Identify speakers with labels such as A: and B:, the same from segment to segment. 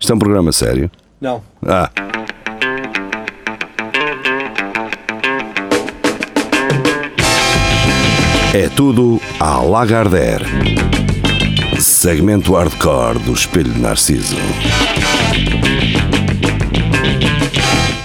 A: Isto é um programa sério.
B: Não.
A: Ah, é tudo à Lagardère. Segmento hardcore do Espelho de Narciso.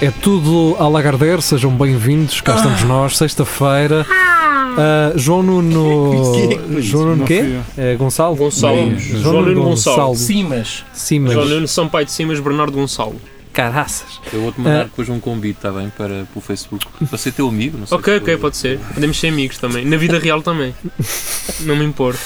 C: É tudo a Lagardère, sejam bem-vindos,
B: Ah.
C: cá estamos nós, sexta-feira. Ah, João Nuno.
B: Quem é que foi
C: João Nuno
D: Não
C: quê?
D: fui eu.
C: É, Gonçalo?
E: Gonçalves.
C: João
E: João
C: Nuno
E: Nuno Gonçalves.
F: Simas.
C: Simas.
E: João Nuno Sampaio de Simas, Bernardo Gonçalo.
C: Caraças.
D: Eu vou-te
C: É.
D: mandar depois um convite, está bem? Para, para o Facebook. Para ser teu amigo, não sei.
E: Ok,
D: se tu-
E: ok, pode ser. Podemos ser amigos também. Na vida real também. Não me importo.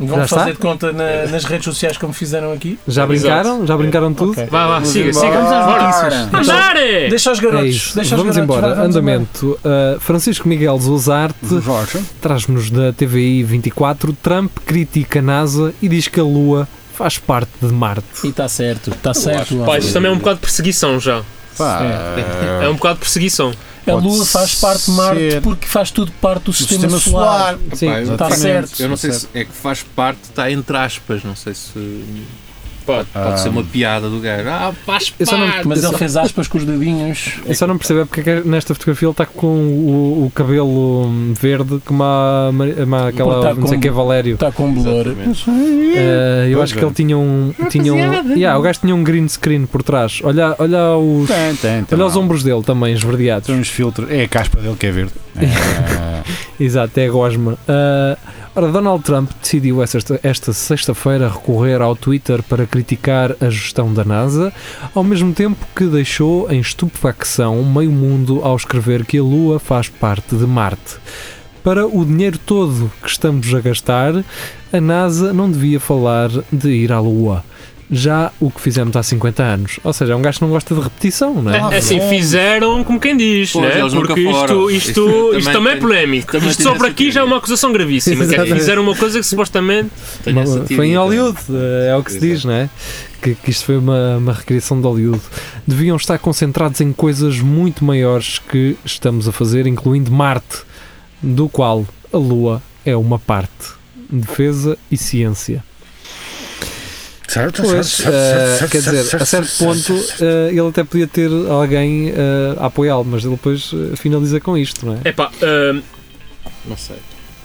C: Já
F: Vamos
C: está?
F: fazer de conta na- nas redes sociais como fizeram aqui.
C: Já
E: Exato.
C: brincaram? Já brincaram tudo?
F: É.
C: É
F: Ok.
E: Vá, vá, siga, siga.
F: Vamos às
E: Bora.
F: notícias.
E: Andar!
F: Deixa os
C: É
F: garotos.
C: isso.
F: Deixa os
C: Vamos
F: garotos.
C: embora.
F: Vai, vamos
C: Andamento. Ah, Francisco Miguel Zuzarte
B: Jorge.
C: traz-nos da TVI 24. Trump critica a NASA e diz que a Lua faz parte de Marte.
F: E está certo. Está certo.
E: Pá, isto também é um bocado de perseguição já.
B: Pá,
E: É um bocado de perseguição.
F: A
B: Pode
F: Lua faz parte de Marte
B: ser.
F: porque faz tudo parte do sistema,
B: sistema
F: solar.
B: solar.
C: Sim,
D: Pá, eu-
F: está certo.
D: Eu não
C: Tá
D: sei se é que faz parte, está entre aspas, não sei se.
E: Pá.
D: Pode, pode ser uma piada do gajo. Ah, faz
C: Eu só não-
D: parte!
F: Mas ele fez aspas com os dedinhos.
C: Eu só não percebo é porque é que nesta fotografia ele está com o, o cabelo hum, verde como a, Mar- uma- aquela,
F: Está
C: não sei
F: com-
C: que é Valério.
F: Está tá com um blur.
D: Exatamente.
C: Eh, eu
B: Pois
C: acho que
B: é.
C: ele tinha um. Tinha um yeah, o gajo tinha um green screen por trás. Olha, olha os.
B: Tem, tem, tem.
C: Olha
B: lá.
C: os ombros dele também, esverdeados.
B: Tem uns filtros. É a caspa dele que é verde. É,
C: Exato, é a gosma. Ah, ora, Donald Trump decidiu esta, esta sexta-feira recorrer ao Twitter para criticar a gestão da NASA, ao mesmo tempo que deixou em estupefacção meio mundo ao escrever que a Lua faz parte de Marte. Para o dinheiro todo que estamos a gastar, a NASA não devia falar de ir à Lua. Já o que fizemos há 50 anos. Ou seja, é um gajo que não gosta de repetição, não é?
E: É, é assim, fizeram como quem diz,
D: Pois,
E: né?
D: eles nunca
E: Porque isto,
D: foram.
E: isto,
D: Isto
E: isto,
D: também
E: também é
D: tem-
E: polémico.
D: também
E: Isto
D: tem
E: só por
D: essa
E: aqui já é
D: teoria.
E: uma acusação gravíssima. que é que
C: Exatamente.
E: fizeram uma coisa que supostamente.
D: Tenho essa teoria
C: Foi em
D: também.
C: Hollywood, é o que se
D: Exato.
C: diz, não é? Que, que isto foi uma, uma recriação de Hollywood. Deviam estar concentrados em coisas muito maiores que estamos a fazer, incluindo Marte, do qual a Lua é uma parte. Defesa e ciência.
B: certo,
C: Pois, eh, quer dizer, a certo ponto eh, ele até podia ter alguém eh, a apoiá-lo, mas ele depois eh, finaliza com isto, não é?
E: É pá,
D: Não sei.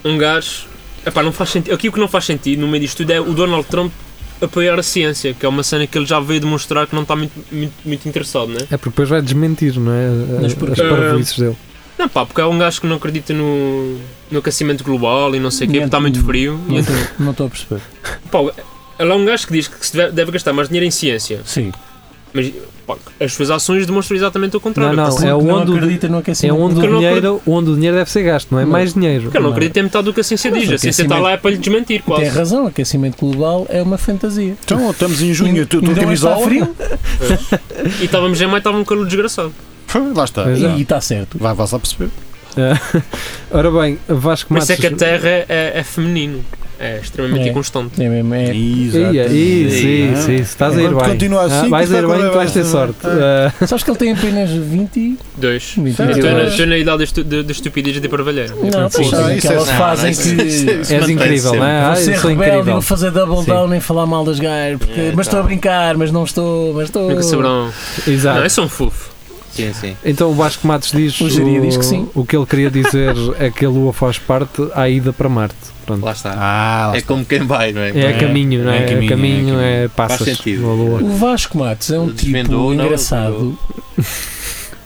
E: um gajo. Epá, não faz sentido. Aqui o que não faz sentido no meio disto tudo é o Donald Trump apoiar a ciência, que é uma cena que ele já veio demonstrar que não está muito, muito, muito interessado, né?
C: É porque depois vai desmentir, não é?
F: Mas
C: As
F: porquê?
C: parvoices dele.
E: Não, pá, porque é um gajo que não acredita no, no aquecimento global e não sei o quê, porque está muito frio. E,
F: Não estou- Não estou a
C: É
F: perceber.
E: pá, ele é um gajo que diz que se deve, deve gastar mais dinheiro em ciência,
F: Sim.
E: mas pá, as suas ações demonstram exatamente o contrário.
C: Não, não,
E: Porque assim,
C: é
F: Porque
C: onde o-
F: não acredita no
C: É
F: aquecimento.
C: onde
E: Porque eu
C: o,
E: não
C: dinheiro, onde o dinheiro deve ser gasto, não é?
F: Não.
C: Mais dinheiro.
E: ele não
F: Não.
E: acredito em metade do que a ciência
F: Mas
E: diz.
F: o
E: A ciência está
F: aquecimento-
E: lá é para lhe
F: Tem
E: desmentir, quase.
F: razão, aquecimento global é uma fantasia.
B: Então, estamos em junho, tu, tu
F: Ainda hoje está
B: camisola.
F: frio
E: E estávamos em maio, estava um calor desgraçado.
B: Pô, Lá está.
C: Pois é.
F: e está certo.
B: Vai, vai lá perceber.
C: Ora bem, Vasco
E: Mas
C: Matos.
E: é que a Terra é, é feminino, é extremamente
F: É.
E: inconstante.
F: É mesmo, é-
B: Isso,
C: Ia, isso, isso,
B: é?
C: isso. Estás a ir
B: Enquanto
C: bem.
B: continua assim,
C: Ah,
B: que
C: vais a
B: está
C: ir
B: a
C: bem,
B: correr
C: tu vais ter
B: bem.
C: sorte. Ah,
F: Sabes que ele tem apenas 20 e.
E: Dois.
F: Muito
E: Estou
F: bem.
E: na, estou na idade da estu- da da estupidez de parvalheira.
F: Não,
C: Sim,
F: pois
C: sim.
F: sabem que elas fazem que.
C: és incrível, não é? Ah,
F: Vou
C: eu
F: ser
C: sou
F: rebelde,
C: incrível.
F: vou fazer double
C: Sim.
F: down nem falar mal das gajas, porque-
D: É,
F: mas estou a
D: tá.
F: brincar, mas não estou, mas estou.
E: Nunca saberão. Não, é
C: Exato.
E: só um fofo.
D: Sim, sim.
C: Então o Vasco Matos diz
F: O Jeria diz que sim.
C: o que ele queria dizer é que a Lua faz parte à ida para Marte. Pronto.
D: Lá está.
B: Ah, lá
D: É
B: está.
D: como quem vai, não é?
C: É
B: É,
C: caminho, não é?
B: é caminho,
C: É caminho,
B: é
C: é passas
D: Faz sentido.
C: na Lua.
F: O Vasco Matos é um
D: Desvendou,
F: tipo
D: não,
F: engraçado.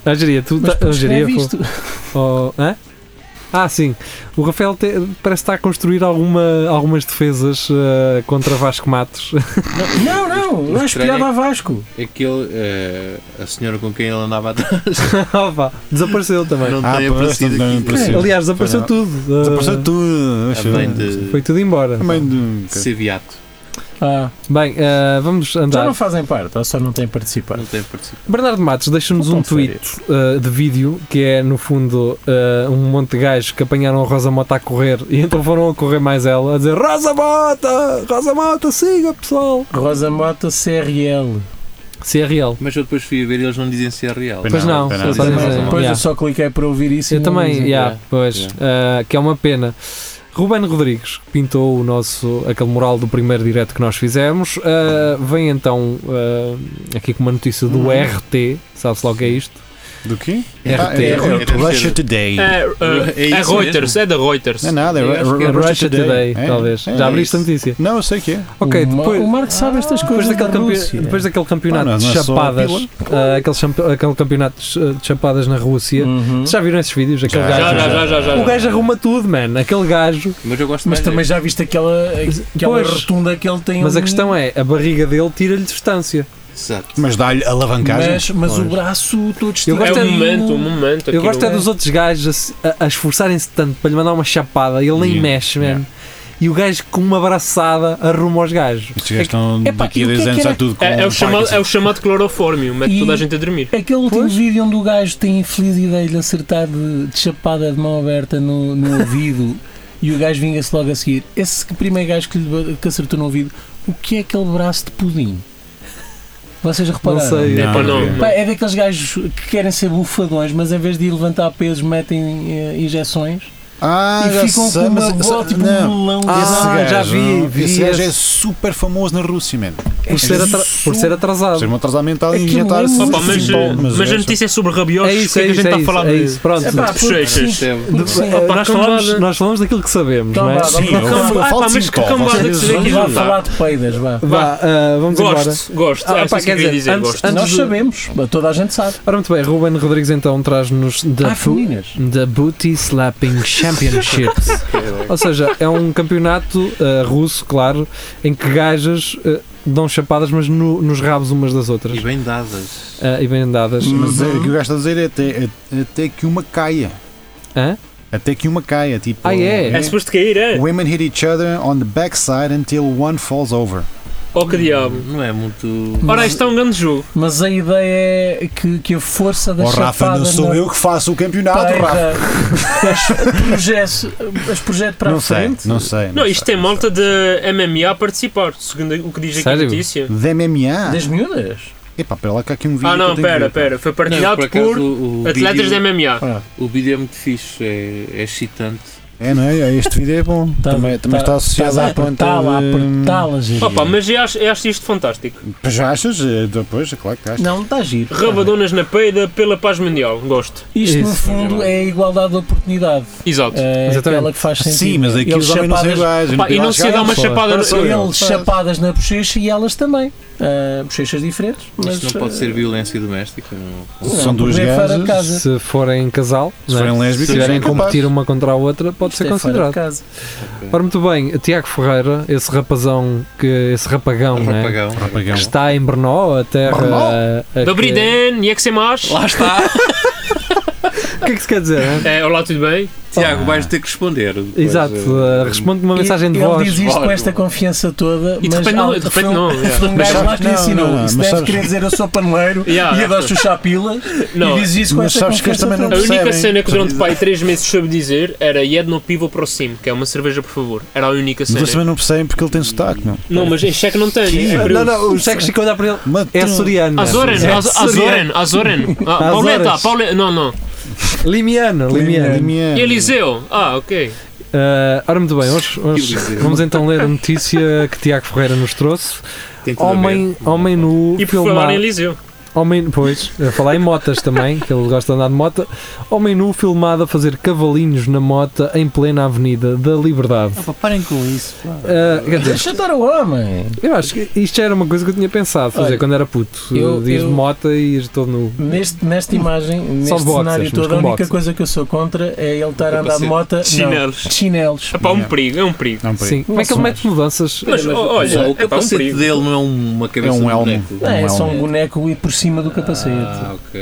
C: Ah, Jeria, tu
F: Mas
C: tá-
F: porque
C: ah, Jeria,
F: escreve
C: pô.
F: isto.
C: Oh, hã? Ah, sim. O Rafael te- parece estar a construir alguma- algumas defesas ah, contra Vasco Matos.
F: Não, não, não é
D: estranho
F: espiado
D: é-
F: a Vasco.
D: Aquele, eh, a senhora com quem ele andava atrás
C: Opa, desapareceu também. É,
D: não
B: Ah,
D: tem
B: pois,
D: aparecido
B: não tem
D: aqui.
B: aparecido.
C: Aliás, desapareceu
B: Foi
C: tudo. Ah,
B: Desapareceu tudo.
D: A mãe de,
C: Foi tudo embora.
B: A mãe de. um
D: de ser viato.
F: Ah,
C: Bem, ah, vamos
F: já
C: andar.
F: não fazem parte, ou só não têm participado.
D: Não tem participado.
C: Bernardo Matos deixa-nos
F: Não
C: um
F: estão de
C: tweet ah, de vídeo que é, no fundo, ah, um monte de gajos que apanharam a Rosa Mota a correr e então foram a correr mais ela a dizer Rosa Mota! Rosa Mota, siga pessoal!
F: Rosa Mota CRL.
C: CRL.
D: Mas eu depois fui a ver e eles não dizem se é real.
B: Pois
C: Pois é. não,
B: não,
C: só
D: Rosa
C: dizem-
D: Mota.
F: Depois
C: yeah.
F: eu só cliquei para ouvir isso e
C: Eu
F: não
C: também,
F: dizem.
C: yeah, pois, ah, que é uma pena. Ruben Rodrigues que pintou o nosso, aquele mural do primeiro direto que nós fizemos. Ah, vem então ah, aqui com uma notícia do RT, sabe-se lá o que é isto?
B: Do quê?
C: Ah,
B: é,
C: é
B: Russia Today.
E: É,
D: É
E: é, é
D: isso
E: Reuters, é da Reuters.
B: Não é nada, é
D: Eu acho
B: Ru-
D: que
C: É
B: Russia,
C: Russia Today,
B: É,
C: talvez.
B: é
C: Já abriste a
B: isso.
C: notícia.
B: Não, eu sei que é.
C: Ok,
F: o, Ma-
C: depois. Ah.
F: o Marco sabe estas
C: Depois
F: coisas.
C: daquele,
F: da
C: campe-
F: Rússia.
C: depois daquele campeonato
B: Ah, não,
C: de
B: não é só
C: chapadas,
B: pila.
C: ah, aquele, champ- aquele campeonato de ch- de chapadas na Rússia. Hum.
F: Uhum.
C: Já viram esses vídeos? Aquele
B: Já,
E: Já,
C: gajo.
E: já, já, já. já.
C: O gajo arruma tudo, mano. Aquele gajo.
D: Mas eu gosto
F: Mas
D: mais
F: também
D: dele.
F: já viste aquela, aquela
C: Pois.
F: rotunda que ele tem
C: Mas a
F: ali?
C: questão é, a barriga dele tira-lhe distância.
D: Exato.
B: Mas dá-lhe alavancagem.
F: Mas, mas o
C: Pois.
F: braço todo
C: Eu
E: é
C: gosto
E: o
C: é do-
E: momento, o momento.
C: Eu gosto é
E: aquilo.
C: dos outros gajos a se- a, a esforçarem-se tanto para lhe mandar uma chapada e ele nem
B: Yeah.
C: mexe, mano. E o gajo com uma abraçada arruma os gajos.
B: Estes gajos estão
F: Epá,
B: daqui
F: e
B: a
F: o que é
B: 10
F: que
B: anos
F: era-
B: a tudo com um assim.
E: É, é o chamado, é
B: Parkinson.
E: o chamado clorofórmio, mete
F: E-
E: toda a gente a dormir.
F: É Aquele último
C: Pois.
F: vídeo onde o gajo tem a felicidade de lhe acertar de, de chapada de mão aberta no, no ouvido e o gajo vinga-se logo a seguir. Esse que- primeiro gajo que, lhe, ba- que acertou no ouvido, o que é aquele braço de pudim? Vocês repararam?
C: sei.
E: É
B: Não,
E: para não.
B: não.
E: não.
F: Pá, é daqueles gajos que querem ser bufadões, mas em vez de ir levantar pesos, metem eh, injeções
B: Ah,
F: e
B: já
F: ficam
B: sei,
F: com uma
B: mas-
F: bola, tipo um
B: não.
F: melão.
C: Ah,
B: Esse gajo,
C: já vi,
B: não,
C: vi
B: Esse gajo é
C: esse.
B: super famoso na Rússia, mano.
C: Por ser, atra-
F: isso.
C: por ser atrasado.
B: Ser um atrasado mental e
F: Aquilo
B: injetar-se.
F: é
B: um
F: muito-
E: Opa, Ah, mas,
B: futebol,
E: mas
B: é-
E: a notícia é sobre
C: É
E: rabiosos,
C: isso,
E: o
C: é
E: que é que a
C: isso,
E: gente
C: é
E: está a
C: isso,
E: falar
C: é
E: de-
C: isso. Pronto.
F: É pá, porque
E: Seixas.
F: sim, porque sim.
C: Eh, nós,
E: Opa,
C: falamos,
E: cambada.
C: nós falamos daquilo que sabemos,
F: Então
C: não é?
F: vá,
B: Sim,
F: vamos
B: eu
F: lá-
E: Cambada,
B: falo- falo
E: pá, mas
B: sim,
E: que
B: pá,
E: cambada
B: vocês-
E: que se vê aqui
F: Vamos lá
E: não dá.
F: falar de peidas, vá.
C: Vá, eh, vamos embora.
E: Gosto, gosto.
C: Ah,
E: Ah,
C: pá,
E: pá,
C: quer
E: quer dizer,
C: dizer,
E: dizer
C: antes-
E: gosto.
F: Nós
C: de-
F: sabemos, toda a gente sabe.
C: Ora, muito bem, Ruben Rodrigues então traz-nos da
F: Há
C: fu-
F: femininas.
C: da Booty Slapping Championships. Ou seja, é um campeonato uh, russo, claro, em que gajas uh, dão chapadas, mas no- nos rabos umas das outras.
D: E bem dadas.
C: Uh, e bem dadas.
B: Mas é, o que eu gasto a dizer é até, é- até que uma caia.
C: Hã?
B: Até que uma caia, tipo.
C: Ah, é?
E: É suposto cair, é?
B: Women hit each other on the backside until one falls over.
E: Oh, que diabo.
D: Não é muito.
E: Ora, isto é um grande jogo.
F: Mas a ideia é que, que a força da
B: Oh,
F: chapada
B: Rafa, não sou
F: na
B: eu que faço o campeonato,
F: peida
B: Rafa.
F: as, projece, as projete para
B: Não
F: a
B: sei,
F: frente.
B: não sei.
E: Não, isto
B: sei.
E: tem malta de MMA a participar, segundo o que diz aqui a
C: Sério?
E: notícia.
B: De MMA?
F: Das miúdas?
B: Epá, pera lá que há aqui um vídeo.
E: Ah, não,
B: que eu tenho que
E: pera,
B: ver, pá.
E: pera. Foi
D: Não,
E: partilhado
D: acaso,
E: por
D: o, o
E: atletas
D: vídeo,
E: de MMA.
D: O vídeo é muito fixe, é, é excitante.
B: É, não é? Este vídeo é bom.
F: Tá-
B: também também
F: tá-
B: está associado
F: estás a
B: à planta.
F: apertá-la, a
B: de-
F: apertá-la, giro.
E: Opa, mas eu acho, eu acho isto fantástico.
B: Pois já achas? Eh, Depois, é claro que achas.
F: Não, está giro.
E: Rabadonas na peida pela paz mundial. Gosto.
F: Isto, no
C: Isso.
F: fundo, é a igualdade de oportunidade.
E: Exato.
F: É
C: Exatamente.
F: aquela que faz sentido.
B: Sim, mas aqui
F: Eles
B: os homens não são
F: chapadas-
B: iguais.
E: Pá, e não se dá uma
C: Só-
E: chapada.
B: é só
E: no-
B: eu.
F: Eles chapadas na bochecha e elas também. Ah, bochechas diferentes. Mas ah,
D: Isto não pode
E: eh,
D: ser violência doméstica. Não.
B: São duas
F: poder fora de
B: gajas. é
F: casa.
C: Se forem casal,
B: Se
C: não é?
B: forem lésbicas,
C: se tiverem a
B: são capazes.
C: competir uma contra a outra, pode
F: Isto
C: ser
F: é fora de
C: considerado.
F: casa.
C: Ora, muito bem, Tiago Ferreira, esse rapazão, que, esse rapagão, não é?
D: Rapagão.
B: Rapagão.
C: que está em Brno, a terra.
B: Brno?
C: a- a
E: Da
C: que-
E: Briden, e é que se mais?
D: Lá está!
C: O que é que se quer dizer? hein?
E: É, olá, tudo bem?
D: Tiago, vais ter que responder. depois,
C: Exato,
D: eh,
C: uh, responde-me uma mensagem de
F: é. ele
C: voz.
F: diz isto
D: Voz,
F: com esta confiança toda,
E: E de
F: mas
E: repente
F: há-
E: não, de
F: foi
E: repente
F: um-
E: não.
F: foi um gajo lá que lhe
B: Não, não,
F: ensinou.
B: não,
F: Isso
B: mas
F: deve
B: sabes-
F: querer dizer eu sou paneleiro
E: Yeah,
F: e
E: yeah.
F: adoro chuchar pilas
E: Não,
F: e diz isso com
B: mas
F: esta
B: sabes
F: confiança
B: que eles também não
E: A
F: toda.
E: única
B: Percebem?
E: cena que durante pai 3 meses soube dizer era Yedno Pivo Proximo, que é uma cerveja, por favor. Era a única
B: Mas
E: cena.
B: eles também não percebem porque ele tem sotaque, não.
E: Não, mas em cheque não tenho. É
C: Não,
E: período.
C: não, o cheque fica a olhar para ele.
B: Mas um
C: É
B: tu-
C: açoriano.
E: Azoren,
C: É
E: Az- Azoren, Azoren. Ah,
C: Azores.
E: Pauleta, Pauleta. Não, não.
C: Limiano, Limiano.
B: Limiano.
E: Eliseu. Ah, ok.
C: Ah, ora, muito bem, hoje, hoje
D: Eliseu.
C: vamos então ler a notícia que Tiago Ferreira nos trouxe.
D: tem tudo a ver.
C: Homem, homem nu
E: E por falar
C: filmado.
E: em Eliseu.
C: Homem, pois, a falar em motas também, que ele gosta de andar de moto. Homem nu filmado a fazer cavalinhos na mota em plena Avenida da Liberdade.
F: Ah, Pá, parem com isso. pá.
C: Ah, quer dizer,
F: Deixa estar o homem.
C: eu acho que isto já era uma coisa que eu tinha pensado fazer
F: Olha,
C: quando era puto. eh,
F: eu-
C: Diz
F: eu-
C: mota e ias todo nu.
F: Neste, nesta imagem, neste
C: boxers,
F: cenário
C: mas
F: todo,
C: com
F: a única
C: boxers.
F: coisa que eu sou contra é ele estar a andar de
D: Capacete.
F: moto não,
E: Chinelos.
F: de chinelos.
E: Epá, é um
B: Yeah.
E: perigo, é um perigo.
B: Não, peraí.
C: Sim, como é que ele mete mudanças?
E: Mas ó,
D: Só
E: olha,
D: eh, o
E: epá, é um
D: capacete
E: perigo.
D: dele não é uma cabeça
B: É um
D: de
B: elmo.
D: boneco.
F: Não, é só
B: Não é
F: um
B: um-
F: boneco e por cima do capacete.
D: Ah, ok.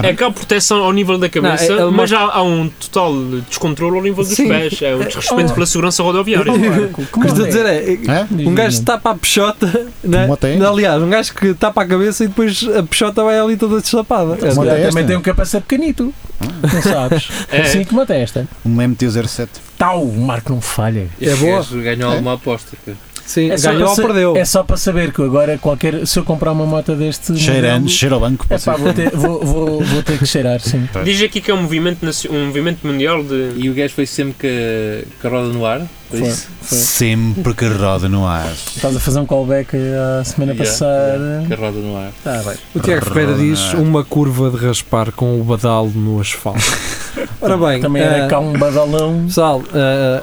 E: É que há proteção ao nível da cabeça,
C: Não, é- ele
E: mas há, há um total descontrole ao nível dos
C: Sim. Oh,
E: pés. É um desrespeito
F: Oh.
E: pela segurança rodoviária.
F: Não, Marco,
C: O
F: como
C: que eu estou a
F: é?
C: dizer é.
B: É?
F: Diz-me.
C: Um gajo tapa a peixota, né?
B: Uma tem.
C: aliás, um gajo que tapa a cabeça e depois a peixota vai ali toda destapada.
F: Se
B: Uma
F: calhar
B: testa?
F: também tem um capacete pequenito. Não sabes?
C: oh.
E: É.
F: Assim como a testa.
B: Um MT-07.
F: Tal, o Marco não falha.
D: Este
C: boa.
B: É.
D: gajo ganhou alguma aposta. cara.
C: Sim,
F: É só
C: ganhou
F: para
C: ou
F: sa-
C: perdeu.
F: É só para saber que agora qualquer. Se eu comprar uma moto deste.
B: Cheirando,
F: modelo,
B: cheiro ao banco.
F: epá, É vou, ter, vou, vou, vou ter que cheirar, sim.
E: Diz aqui que é um movimento, nacio- um movimento mundial de.
D: E o gajo foi sempre que, que roda no ar. Foi
F: Foi.
D: isso?
F: Foi.
B: Sempre que roda no ar.
F: Estás a fazer um callback à semana
D: Yeah,
F: passada.
D: Que roda no ar.
F: Ah, bem.
C: O Tiago Ferreira diz
B: Roda.
C: uma curva de raspar com o badalo no asfalto. Ora bem,
F: Também
C: ah,
F: era cá um badalão.
C: Pessoal, ah, ah,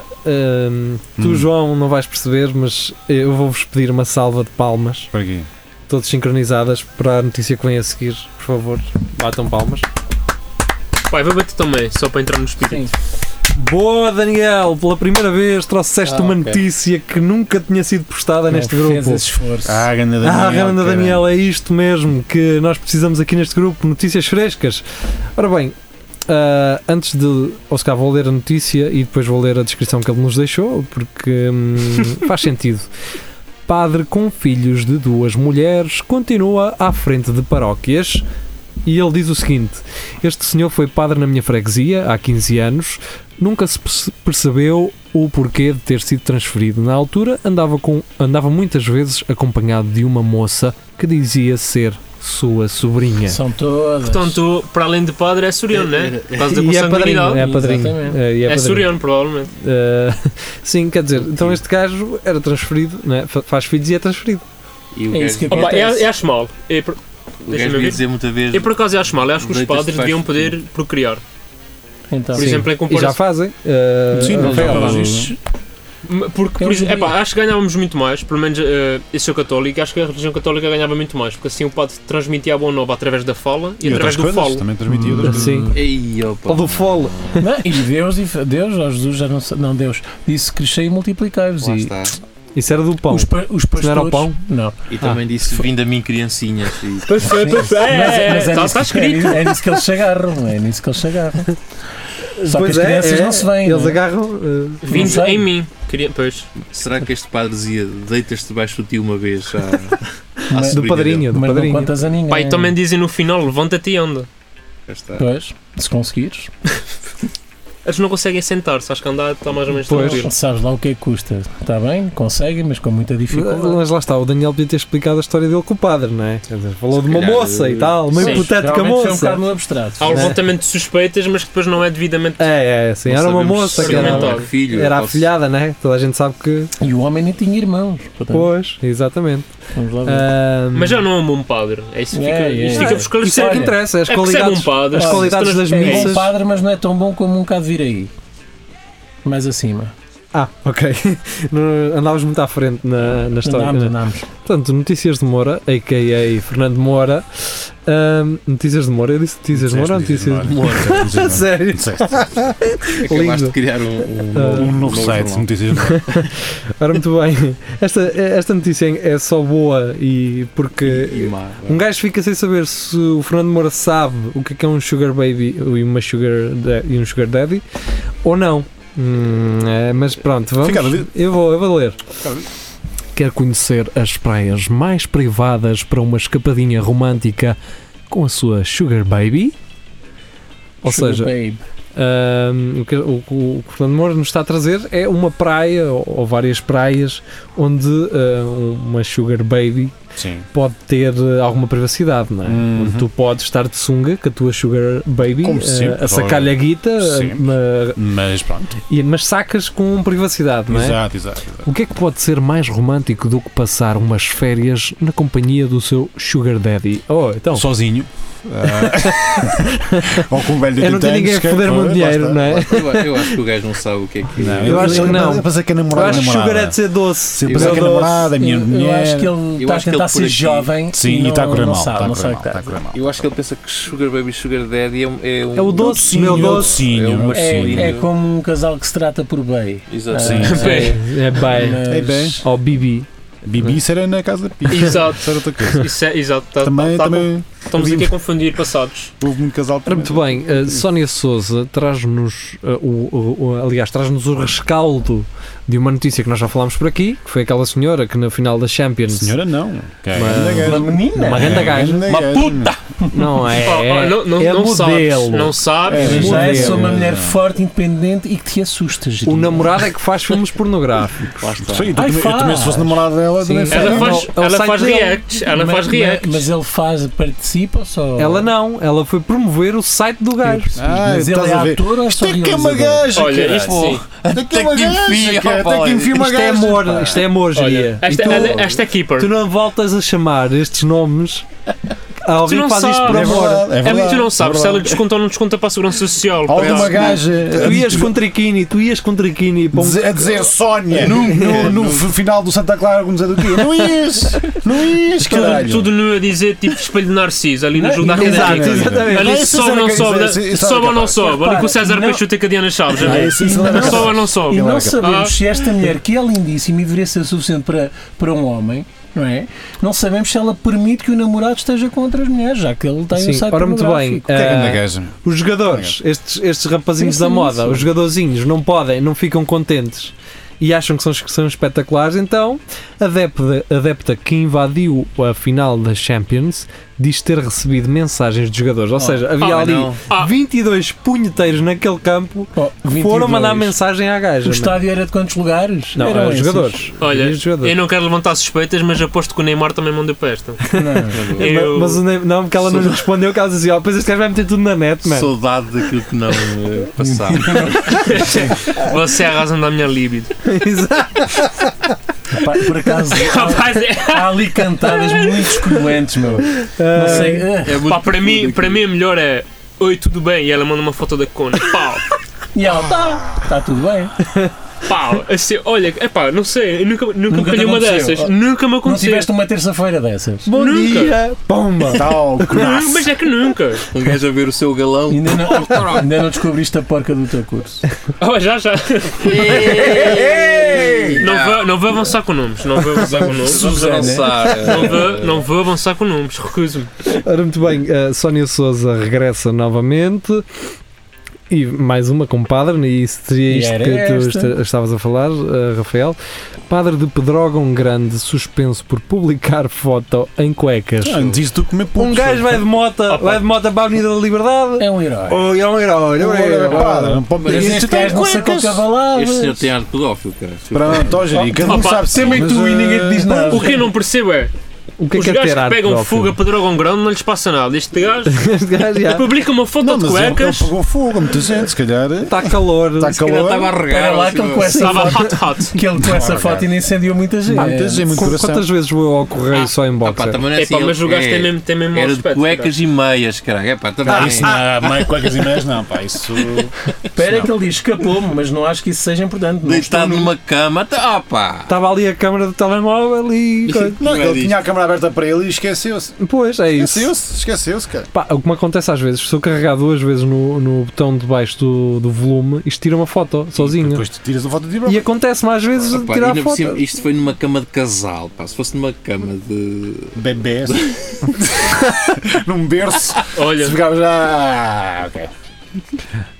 C: tu,
B: Hum.
C: João, não vais perceber, mas eu vou-vos pedir uma salva de palmas,
B: Por aqui.
C: todas sincronizadas, para a notícia que vem a seguir. Por favor, batam palmas.
E: Pai, vou bater também, só para entrar no espírito.
F: Sim.
C: Boa, Daniel! Pela primeira vez trouxeste
F: Ah,
C: uma
F: ok.
C: notícia que nunca tinha sido postada neste
F: Não,
C: grupo.
F: Fez esse esforço.
B: Ah, grande Daniel.
C: ah, Randa
B: cara.
C: Daniel, é isto mesmo que nós precisamos aqui neste grupo, notícias frescas. Ora bem, ah, antes de. Ou se calhar vou ler a notícia e depois vou ler a descrição que ele nos deixou, porque hum, faz sentido. Padre com filhos de duas mulheres continua à frente de paróquias. E ele diz o seguinte: Este senhor foi padre na minha freguesia há 15 anos, nunca se perce- percebeu o porquê de ter sido transferido. Na altura, andava, com, andava muitas vezes acompanhado de uma moça que dizia ser sua sobrinha.
F: São todas.
E: Portanto, para além de padre, é Soriano, não é? Por causa da
C: E é padrinho,
E: consanguinidade.
C: é padrinho.
F: Exatamente.
C: É, e é
E: É
C: padrinho.
E: Soriano, provavelmente.
C: Eh, sim, quer dizer, então este gajo era transferido, né? Fa- faz filhos e é transferido.
D: E o
F: É isso
D: gajo,
F: que
E: Opa, eu,
F: acontece.
E: eu acho mal. Eu, por-
D: o
E: deixa-me
D: gajo
E: ver.
D: veio dizer muita vez.
E: eu por acaso eu acho mal. Eu acho que os
D: Deita-se
E: padres
D: faz
E: deviam
D: tudo.
E: poder procriar.
F: Então,
E: Por
F: sim.
E: exemplo, em
C: E já
E: comparação.
C: fazem. eh,
F: Sim,
C: eh,
F: não,
C: foi
F: não,
C: ao-
F: não.
E: M- Porque,
F: Eu
E: por exemplo,
F: diria.
E: epá, acho que ganhávamos muito mais, pelo menos eh, eu sou católico, acho que a religião católica ganhava muito mais, porque assim o padre transmitia a boa nova através da fala e,
B: E
E: através
B: outras
E: do
B: coisas,
E: falo.
B: também transmitia outras coisas.
C: Sim.
D: Ei, opa.
C: Ou do fole.
F: Não, e Deus, e- Deus, ó Jesus, já não sei- Não, Deus. Disse: crescei e multiplicai-vos.
D: Lá
F: E
D: está.
C: Isso era do pão.
F: os, pa- os pastores.
C: não era o pão?
F: Não.
D: E
C: Ah.
D: também disse: Vim da minha criancinha. E
E: Pois foi, pois foi. É,
F: Mas-
E: é, é,
F: mas é
E: tá-
F: nisso
E: tá
F: que-
E: escrito.
F: É nisso que eles se agarram. É nisso que eles se agarram. Só
C: Pois é,
F: que as crianças não se veem.
C: Eles
F: não é?
C: agarram.
F: Não
C: eh,
E: Vindo
F: sei.
E: em mim. Queria, pois.
D: será que este padre dizia: Deitas-te debaixo do ti uma vez? À, à
F: Mas-
C: É. do
D: sobrinha dele?"
C: padrinho, do
F: Mas não
C: padrinho.
F: contas a ninguém.
E: Pai, também dizem no final, levanta-te e anda.
D: Cá está.
F: Pois, se conseguires.
E: Eles não conseguem sentar-se, acho que andar está mais ou menos
C: Pois.
E: tranquilo.
F: Sabes lá o que é que custa. Está bem, conseguem, mas com muita dificuldade.
C: Mas lá está, o Daniel podia ter explicado a história dele com o padre, não é? Quer dizer, falou
D: Se
C: de uma
D: calhar,
C: moça e
D: eh,
C: tal, uma
E: sim,
C: hipotética
F: Geralmente foi um
C: é moça.
F: bocado no abstrato.
E: Há o levantamento de suspeitas, mas que depois não é devidamente.
C: É, é, sim,
D: Não
C: era uma
D: sabemos
C: moça
D: se
C: que era,
E: experimentar.
D: era filho.
C: era
D: ou se-
C: afilhada, né? Toda a gente sabe que.
F: E o homem nem tinha irmãos. Portanto,
C: Pois, exatamente.
F: vamos lá ver.
C: Ahm,
E: Mas já não é um bom padre. É isso que fica.
F: Hum. É, é,
E: Isto
F: é.
E: fica por
C: Isso é que
E: esclarecer.
F: olha,
C: interessa, as
E: é que se é
C: qualidades,
E: bom padre,
C: as
E: se
C: qualidades das
E: trans-
F: É bom
C: missas.
F: padre, mas não é tão bom como um bocado vir aí. Mais acima.
C: Ah, ok. Não- Andávamos muito à frente na, na história.
F: Andámos,
C: né?
F: andámos.
C: Portanto, Notícias de Moura, a.k.a. Fernando Moura. Ahm, notícias de Moura, eu disse Notícias de Moura ou Notícias de Moura? A sério?
D: Acabaste
C: Lindo.
D: de criar um,
C: Ah.
D: um,
B: Um novo site, se
D: jornal.
B: notícias novas.
C: Ora, muito bem. Esta, esta notícia é só boa e porque
D: E má,
C: um gajo fica sem saber se o Fernando Moura sabe o que é que é um sugar baby e, uma sugar da- e um sugar daddy ou não. Hum, é, mas pronto, vamos.
B: Fica a dúvida.
C: Eu vou, eu vou ler.
B: Fica a dúvida.
C: Quer conhecer as praias mais privadas para uma escapadinha romântica com a sua sugar baby? Ou
F: Sugar
C: seja,
F: babe.
C: Ahm, o, que, o- o- o que o Fernando Moura nos está a trazer é uma praia ou, ou várias praias onde ah, uma sugar baby
B: Sim.
C: pode ter ah, alguma privacidade, não é?
B: Uhum.
C: Onde tu podes estar de sunga com a tua sugar baby
B: Como
C: ah,
B: sempre,
C: a sacar-lhe a guita, ah,
B: sempre.
C: ma-
B: Mas pronto.
C: e- mas sacas com privacidade, não é?
B: Exato, exato. exato.
C: O que é que pode ser mais romântico do que passar umas férias na companhia do seu sugar daddy? Oh, então,
B: Sozinho. Ah, Ou com um velho de
C: é não
B: 80
C: ter
B: anos.
C: ninguém a
B: que-
C: foder o
B: Pois,
C: meu
B: lá
C: dinheiro,
B: está.
C: não é?
D: Eu, eu acho que o gajo não sabe o que é que.
B: Não,
C: Eu acho que não.
B: Eu pensei que a
C: Eu
B: namorada.
C: acho que
B: namorada.
C: sugar é de ser doce.
B: Sim, eu
C: É
B: pensei que a
C: doce.
B: namorada, a minha
F: eu, eu
B: mulher.
F: acho que ele está a
D: acho que ele
F: tentar
D: por
F: ser
D: aqui-
F: jovem
B: Sim, e está a correr
F: não,
B: mal.
F: Não sabe,
B: está a
F: não
B: correr
F: sabe o
B: mal,
F: que tá.
B: está
F: está.
B: tá a correr mal.
D: Eu acho que ele pensa que Sugar Baby e Sugar Daddy é um. É, um,
C: É o doce, meu
B: Docinho,
C: doce.
B: docinho,
D: É uma
B: docinho.
F: É, é como um casal que se trata por bem.
C: Ah.
D: Exato.
B: Sim.
E: Bem.
C: É bem.
F: Mas-
B: É bem.
C: Ao Bibi.
B: Bibi isso era na casa da Pia.
E: Exato.
B: Isso era outra coisa.
E: Isso é, exato, tá-
B: Também,
E: tá- tá-
B: também
E: estamos aqui a confundir passados.
B: houve muito casal
C: Ora,
B: também.
C: muito bem, a Sónia Souza traz-nos, eh, o- o- o- aliás, traz-nos o rescaldo de uma notícia que nós já falámos por aqui, que foi aquela senhora que na final da Champions
B: Senhora não. Que é
C: Mas-
B: grande gaja.
F: Uma menina?
C: Uma grande gaja.
B: Grande
F: Uma
B: gaja.
F: puta!
C: Não é.
E: Oh, oh, não, não,
C: é
E: não sabes,
C: modelo.
E: não sabes.
B: É,
F: Eu
C: Modelo.
F: já sou uma
B: Não.
F: mulher forte, independente e que te assusta,
C: O
F: Jeria.
C: namorado é que faz filmes pornográficos.
D: Lá está.
B: Sim, eu
F: Ai,
B: também- eu
F: faz.
B: também se fosse namorada dela,
C: Sim.
B: também
C: Ela
E: Ela
B: faria.
E: faz,
C: é o
E: ela
C: site
E: faz
C: dele.
E: reacts, ela
F: Ma-
E: faz
F: ma-
E: reacts.
F: Mas ele faz, participa ou só.
C: Ela não, ela foi promover o site do gajo.
B: Ah,
F: Mas ele
B: estás
F: é
B: a ver.
F: ator ou é
B: Isto
F: só
B: é que é uma
F: realizador?
B: gaja,
E: Olha, isto
B: caralho.
E: sim.
B: Até que é
G: Até
B: uma
G: que
B: gaja,
G: enfia,
B: cara, até
G: rapaz.
B: que enfia uma
C: Isto é
B: gaja.
C: amor,
B: pá.
C: isto é amor,
E: Olha,
C: Jeria.
E: esta,
C: E tu-
E: ela- esta é Keeper.
C: Tu não voltas a chamar estes nomes a alguém
E: não
C: que faz isto por
E: sabes.
B: É
C: amor.
B: verdade, é
E: É porque
B: verdade,
E: tu não
B: é
E: sabes se
B: verdade.
E: ela desconta ou não desconta para a segurança social.
B: Há uma
E: parece.
B: gaja a
C: Tu ias com triquini, tu ias com É. triquini para um
B: dizer- a dizer Sónia no, no, no final do Santa Clara Gomes do Dia. Não ias! Não ias,
E: Tudo,
B: caralho!
E: tudo nu a dizer tipo espelho de Narciso ali no jogo da
C: Exato,
E: académica.
C: exatamente.
E: Ali
B: Não, isso
E: sobe
B: era
E: ou não
B: que-
E: sobe,
B: isso- isso era
E: sobe ou não
B: capaz.
E: sobe. Olha que o César
F: Não.
E: Peixoto e a Cadiana Chaves.
B: Ah,
E: olha.
B: isso- isso
F: E
B: era
F: não- é
B: capaz.
E: Sobe ou não sobe.
F: E
B: Ele
F: não
B: era
F: sabemos
C: Ah.
F: se esta mulher, que é lindíssima e deveria ser suficiente para, para um homem, não é? Não sabemos se ela permite que o namorado esteja com outras mulheres, já que ele tem um
C: Sim,
F: site
C: ora muito bem.
F: pornográfico.
B: Que é
C: ah,
B: grande gaja.
C: os jogadores, estes, estes rapazinhos
F: Sim,
C: da
F: sim,
C: moda,
F: sim.
C: os jogadorzinhos, não podem, não ficam contentes e acham que são, que são espetaculares. Então, a adepta, a adepta que invadiu a final da Champions diz ter recebido mensagens de jogadores.
B: Oh.
C: Ou seja, havia
E: ah,
C: ali
D: não.
E: Ah.
C: 22 punheteiros naquele campo
F: Oh,
C: que foram
F: 22.
C: mandar mensagem à gaja.
F: O
C: mano.
F: estádio era de quantos lugares?
C: Não, eh,
F: Eram
C: eram os
F: esses?
C: jogadores.
E: Ah, Olha,
C: Havia os jogadores.
E: eu não quero levantar suspeitas, mas aposto que o Neymar também mandou para esta.
F: Não.
E: Eu-
C: Mas, o Neymar- não, porque ela não lhe respondeu, que ela dizia, ó, depois este gajo vai meter tudo na net, mano.
D: Saudade daquilo que não eh, passava.
E: Você é a razão da minha libido.
C: Exato.
F: Pá, Por acaso, há,
E: Rapaz, é-
F: há ali cantadas muito escolhantes, meu. Não sei. ah,
D: É muito
E: pá, para, mim,
D: tudo
E: para
D: aquilo.
E: mim é melhor é Oi, tudo bem? E ela manda uma foto da cona. Pau,
F: E ela está. Está tudo bem.
E: pau. Assim, olha, é pá, não sei, eu nunca, nunca,
F: Nunca
E: me
F: te
E: calhei uma
F: aconteceu.
E: dessas.
F: Oh.
E: Nunca me
F: Não
E: aconteceu.
F: tiveste uma terça-feira dessas.
C: Bom
E: Nunca.
C: dia, pomba.
B: Tal,
E: Não, mas é que nunca.
D: Um gajo a ver o seu galão.
F: Ainda não, ainda não descobriste a porca do teu curso.
E: Oh, já, já. Não vou, não vou avançar com nomes. Não vou avançar com nomes.
D: Vamos
F: Susana.
D: avançar.
E: Não vou, não vou avançar com nomes. Recuso-me.
C: Ora, muito bem, a Sónia Souza regressa novamente. E mais uma com padre, e isso seria
F: E
C: isto
F: era
C: que tu
F: esta.
C: esta- estavas a falar, eh, Rafael. Padre de Pedrógão Grande suspenso por publicar foto em cuecas.
B: Antes de tu comer putos.
C: Um gajo vai de moto, vai de moto para a Avenida da Liberdade.
F: É um herói.
C: Oh, é um herói, é um
B: Olha, pá, não
C: herói.
B: pode-
F: Mas
B: Este
F: este
B: tem
F: gajo não sacou
B: cuecas.
F: cavalar.
D: Este senhor tem ar de pedófilo, cara.
B: Pronto, ó, Jerry, cada um
E: Opa,
B: sabe
F: também
B: mas,
F: tu e
B: eh,
F: ninguém te diz nada.
E: O que eu não percebo é
C: O que é
E: os
C: que é é
E: gajos
C: ter
E: que
C: arte?
E: pegam
C: pedófilo?
E: fuga para Dragon Grande não lhes passa nada. Este gajo
C: Este gajo já
E: publica uma foto
B: Não,
E: de
B: mas é um ele- ele
E: cuecas.
B: pegou fogo, muita gente, se calhar. Está
C: está calor.
D: Ele
B: calor.
D: estava a regar.
F: Olha lá
D: assim,
F: que ele com essa
E: Estava
F: foto.
E: hot hot.
F: Que ele com essa
B: Ah,
F: foto
B: cara.
F: ainda incendiou muita gente.
B: Há muita gente, muito
C: Com-
B: coração.
C: Quantas vezes vou ao correio só em
D: Ah, pá,
C: boxer?
D: também não é assim,
E: Epá, mas
D: ele-
E: o gajo
D: é,
E: tem mesmo, tem mesmo mau
D: Era de
E: aspecto,
D: cuecas e meias, caralho. É pá, também.
B: Ah, isso não, mãe, cuecas e meias, não, pá, isso.
F: Espera que ele diz, escapou-me, mas não acho que isso seja importante. Não estou
D: Deitado
F: no-
D: numa cama. tá- Ah, pá.
C: Estava ali a câmara do telemóvel e.
B: Não,
D: é
B: ele
D: disto.
B: tinha a câmera aberta para ele e esqueceu-se.
C: Pois, é isso.
B: Esqueceu-se, esqueceu-se, cara.
C: Pá, o que me acontece às vezes, se eu carregar duas vezes no, no botão de baixo do, do volume, isto tira uma foto sozinha.
B: Depois tu tiras a foto de
C: E acontece-me às vezes
D: Ah,
C: de
D: pá,
C: tirar
D: ainda por cima,
C: foto.
D: isto foi numa cama de casal, pá. Se fosse numa cama de.
B: bebês. Num berço.
E: Olha,
B: Se ficava já. Ah, ok.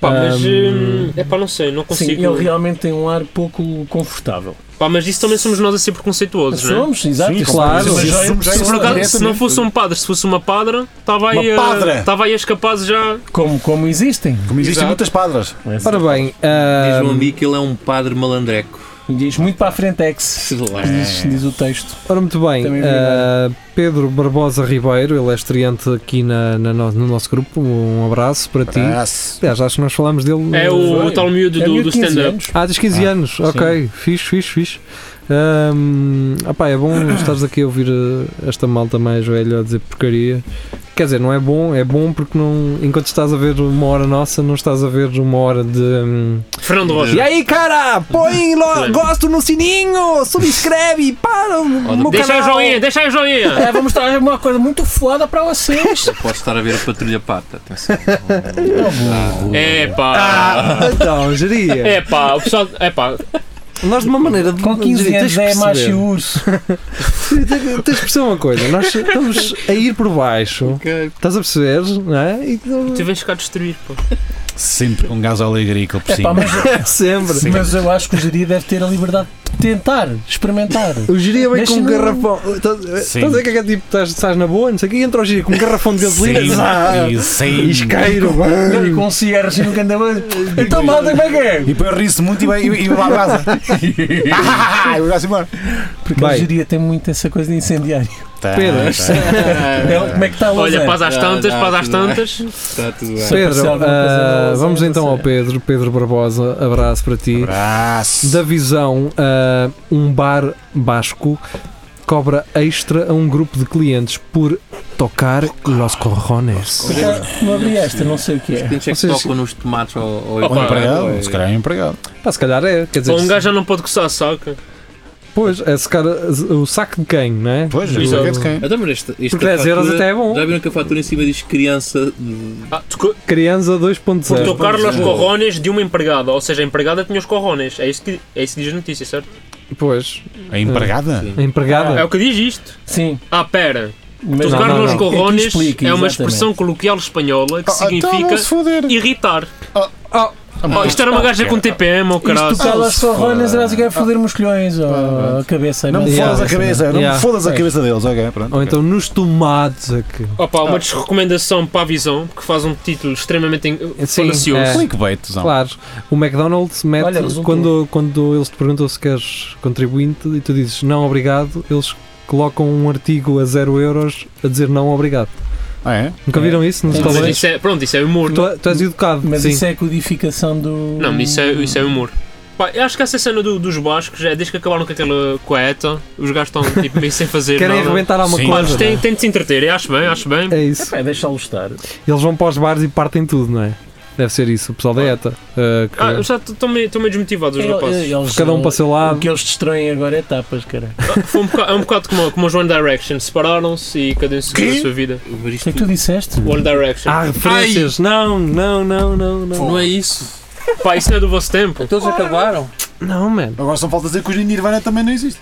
E: pá, mas.
C: Hum.
E: É pá, não sei, não
F: Sim,
E: consigo.
F: ele realmente tem um ar pouco confortável.
E: Pá, mas isso também somos nós a ser preconceituosos, não é?
F: Somos, exato.
B: Sim,
F: isto
C: claro.
F: é uma
B: Sim,
F: joia
B: somos-
F: pessoa.
E: Se, por acaso, se não
B: Diretamente.
E: fosse um padre, se fosse uma padra, estava aí,
B: Uma padra.
E: a- estava aí as capazes já.
F: Como, como existem.
B: Como existem
E: Exato.
B: muitas padras.
C: Ora bem,
B: Ah,
C: ah,
D: Diz um
B: hum.
C: ahm,
D: amigo que ele é um padre malandreco.
F: Diz muito para a frente, ex.
D: Sei lá.
E: é.
F: Diz, diz o texto.
C: ora muito bem,
F: Também vi
C: ah,
D: é?
C: Pedro Barbosa Ribeiro, ele é estreante aqui na, na no, no nosso grupo. Um abraço para ti.
B: Abraço.
C: Aliás, acho que nós falámos dele.
E: É o, tal miúdo
F: É
E: do, do
F: 15
E: stand-up.
F: anos.
C: Ah, tens 15 anos, ok, fixe, fixe, fixe. Ahm, opá, é bom estares aqui a ouvir uh, esta malta mais velha a dizer porcaria. Quer dizer, não é bom, é bom porque não, enquanto estás a ver uma hora nossa, não estás a ver uma hora de. hum,
E: Fernando Rocha.
C: e aí, cara, põe lo,
E: Claro.
C: gosto no sininho, subscreve, e para o meu
E: Deixa aí o
C: canal.
E: joinha, deixa aí o joinha.
F: É, vamos trazer uma coisa muito foda para vocês.
D: Ele pode estar a ver a patrulha pata. tá Ah, Atenção.
E: É pá.
C: Então, geria.
E: É pá, o pessoal. É pá.
C: Nós de uma maneira de
F: Com 15
C: geria,
F: anos
C: tens que
F: é macho e
C: perceber.
F: urso.
C: Tens- Tens de perceber uma coisa, nós estamos a ir por baixo,
D: Ok.
C: estás a perceber, não é? E-
E: Tu vens cá destruir, pô.
B: Sempre com gás agrícola por
F: É pá,
B: cima.
F: mas,
C: Sempre.
F: mas eu acho que o geria deve ter a liberdade de tentar, experimentar.
C: O geria vem com um
F: Deixa-me-
C: garrafão. Estás
B: Sim.
C: estás a ver que é que tipo, estás, estás na boa, não sei o que, entra o geria com um garrafão de gasolina. zá,
B: Sim, sim.
C: Isqueiro,
F: Não, e
C: bang.
F: com cigarros e no candomblé. Então, malta, como é que é?
B: E depois ri-se muito e vai, e, e vai para casa. Ah, e vai-se embora.
F: Porque
C: Bem.
F: a geria tem muito essa coisa de incendiário.
B: Tá,
C: Pedro,
B: tá.
F: Ela- como é que está a
E: Olha, paz às
D: Não,
E: tantas,
D: não,
E: paz às
D: tudo bem.
E: tantas.
D: Está Tá tudo bem.
C: Pedro,
F: aparecer alguma coisa
C: ah,
F: nova, é
C: vamos
F: sei,
C: então
F: não
C: ao
F: sei.
C: Pedro, Pedro Barbosa, abraço para ti.
B: Abraço.
C: Da visão, ah, um bar basco cobra extra a um grupo de clientes por tocar los corrones.
F: Não abri esta, não sei o que é.
D: Quantos é que
C: Vocês-
D: tocam nos tomates ou, ou
E: Opa,
B: Um empregado,
D: ou-
B: se calhar é um empregado.
C: Pá, se calhar é, quer dizer,
E: Ou um gajo já não pode coçar a saca.
C: pois, é se calhar, o saco de quem, não é?
B: Pois,
E: Exato.
B: é de quem?
D: Então, mas esta, esta
C: Por 10 euros
D: fatura-
C: até é bom.
D: Já viram que a fatura em cima diz criança. de-
E: Ah, tocou-
C: Criança
E: por
C: 2.0.
E: tocar os
D: é.
E: corrones de uma empregada. Ou seja, a empregada tinha os corrones. É isso que, é isso que diz a notícia, certo?
C: Pois,
B: É empregada?
D: Sim.
C: a empregada.
E: É o que diz isto.
F: Sim,
E: Ah, pera.
F: mas
C: Não,
E: Tocar
C: não,
E: nos
C: não.
E: corrones
F: É que explica,
E: é uma
F: exatamente.
E: expressão coloquial espanhola que
B: Ah, Então Ah,
E: significa
B: vão-se foder.
E: irritar.
C: Oh,
E: Oh, isto era
B: ah,
E: uma gaja com TPM, ou caralho.
F: Isto
B: tá-
F: tu calas
B: se
F: forronas,
B: for-
F: era que é foder musculhões ou a cabeça.
B: Ah, Não me
F: mas-
B: fodas a
F: Yeah.
B: cabeça, não me
C: Yeah.
B: fodas a cabeça deles, ok? Pronto.
C: ou então nos tomates é aqui.
E: Opa,
B: Ah.
E: uma desrecomendação para a visão, que faz um título extremamente en-
C: Sim,
E: falacioso.
C: é.
B: Clickbaitzão.
C: Claro, o McDonald's mete
F: Olha, resultou.
C: quando, quando eles te perguntam se queres contribuinte e tu dizes não obrigado, eles colocam um artigo a 0 euros a dizer não obrigado.
B: Ah, é?
C: Nunca viram isso nos
F: Sim.
E: Mas
C: talões?
E: isso é- pronto, isso é humor.
C: Tu, tu és educado,
F: Mas
C: sim.
F: isso é a codificação do.
E: Não, isso é, isso é humor. Pá, eu acho que essa cena do- dos bascos, é, desde que acabaram com aquela coeta, os gajos estão tipo, meio sem
F: é
E: fazer
C: Querem
E: nada.
C: arrebentar alguma
B: Sim.
E: Mas
C: coisa.
E: tem, tem de se entreter, eu acho bem, acho bem.
C: não é? É isso.
F: É, deixá-lo estar.
C: Eles vão para os bares e partem tudo, não é? Deve ser isso, o pessoal da ETA. ah, que-
E: Ah, já estão meio, estão meio desmotivados é os rapazes.
F: É, Eles-
C: Cada um para o seu lado.
F: O que eles destroem agora é tapas, cara.
E: Foi um bocado, é um bocado como, como os One Direction, separaram-se e cada um seguiu a sua vida.
D: Mas
F: O que
D: isto
F: é que tu disseste?
E: One Direction.
C: Há referências. Não, não, não, não, não.
D: não é isso.
E: Pá, isso não é do vosso tempo.
D: Então eles acabaram.
C: Não, mano.
B: Agora só falta dizer que os Nirvana também não existe.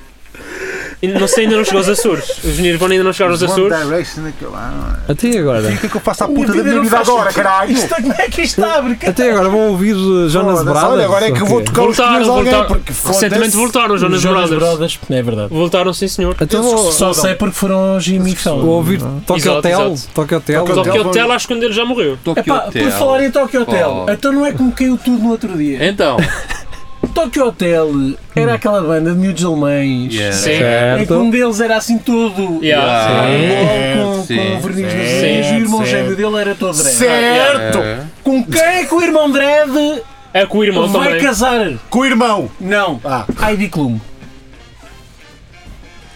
E: Ainda- Não sei, ainda não chegou aos Açores. Os Nirvana ainda não chegaram aos
B: One
E: Açores.
B: Direction, aquilo lá.
C: Até agora.
B: E o que é que eu faço à
F: Minha
B: puta da
F: vida
B: minha
F: não
B: vida
F: faz
B: agora, caralho?
F: Isto, como é que isto abre? cara?
C: Até agora vão ouvir uh, Jonas
B: Foda-se,
C: Bradas.
B: Olha, agora é que eu vou
C: ok?
B: tocar os
E: Voltaram,
B: pneus a alguém,
E: voltaram.
B: porque foda-se.
E: Recentemente voltaram os Jonas Brothers.
F: É verdade.
E: Voltaram, sim senhor.
C: Então
B: Oh,
C: vou,
F: Só sei porque foram ao Jimmy
C: vou
F: Fallon.
C: ouvir Tokyo
E: Exato,
C: Hotel.
E: exato.
C: Tokyo Hotel.
B: Tokyo
E: Só que
B: Hotel.
E: o Tela acho que um deles já morreu.
D: Tokyo
F: Epá, por
D: Hotel.
F: falar em Tokyo Hotel,
D: Oh.
F: então não é como caiu tudo no outro dia.
D: Então,
E: É.
F: Tokyo Hotel era aquela banda de miúdos alemães.
D: Yeah.
E: Sim.
F: Em que
C: Certo.
F: um deles era assim todo.
E: Yeah.
F: Com, com,
D: Sim,
F: com verniz nas
B: certo,
F: orelhas e o irmão
B: certo.
F: gêmeo dele era todo dread.
B: Certo!
D: É.
F: Com quem é que o irmão dread
E: É com o irmão
F: vai
E: também.
F: casar?
B: Com o irmão!
F: Não.
B: Ah,
F: Heidi Klum.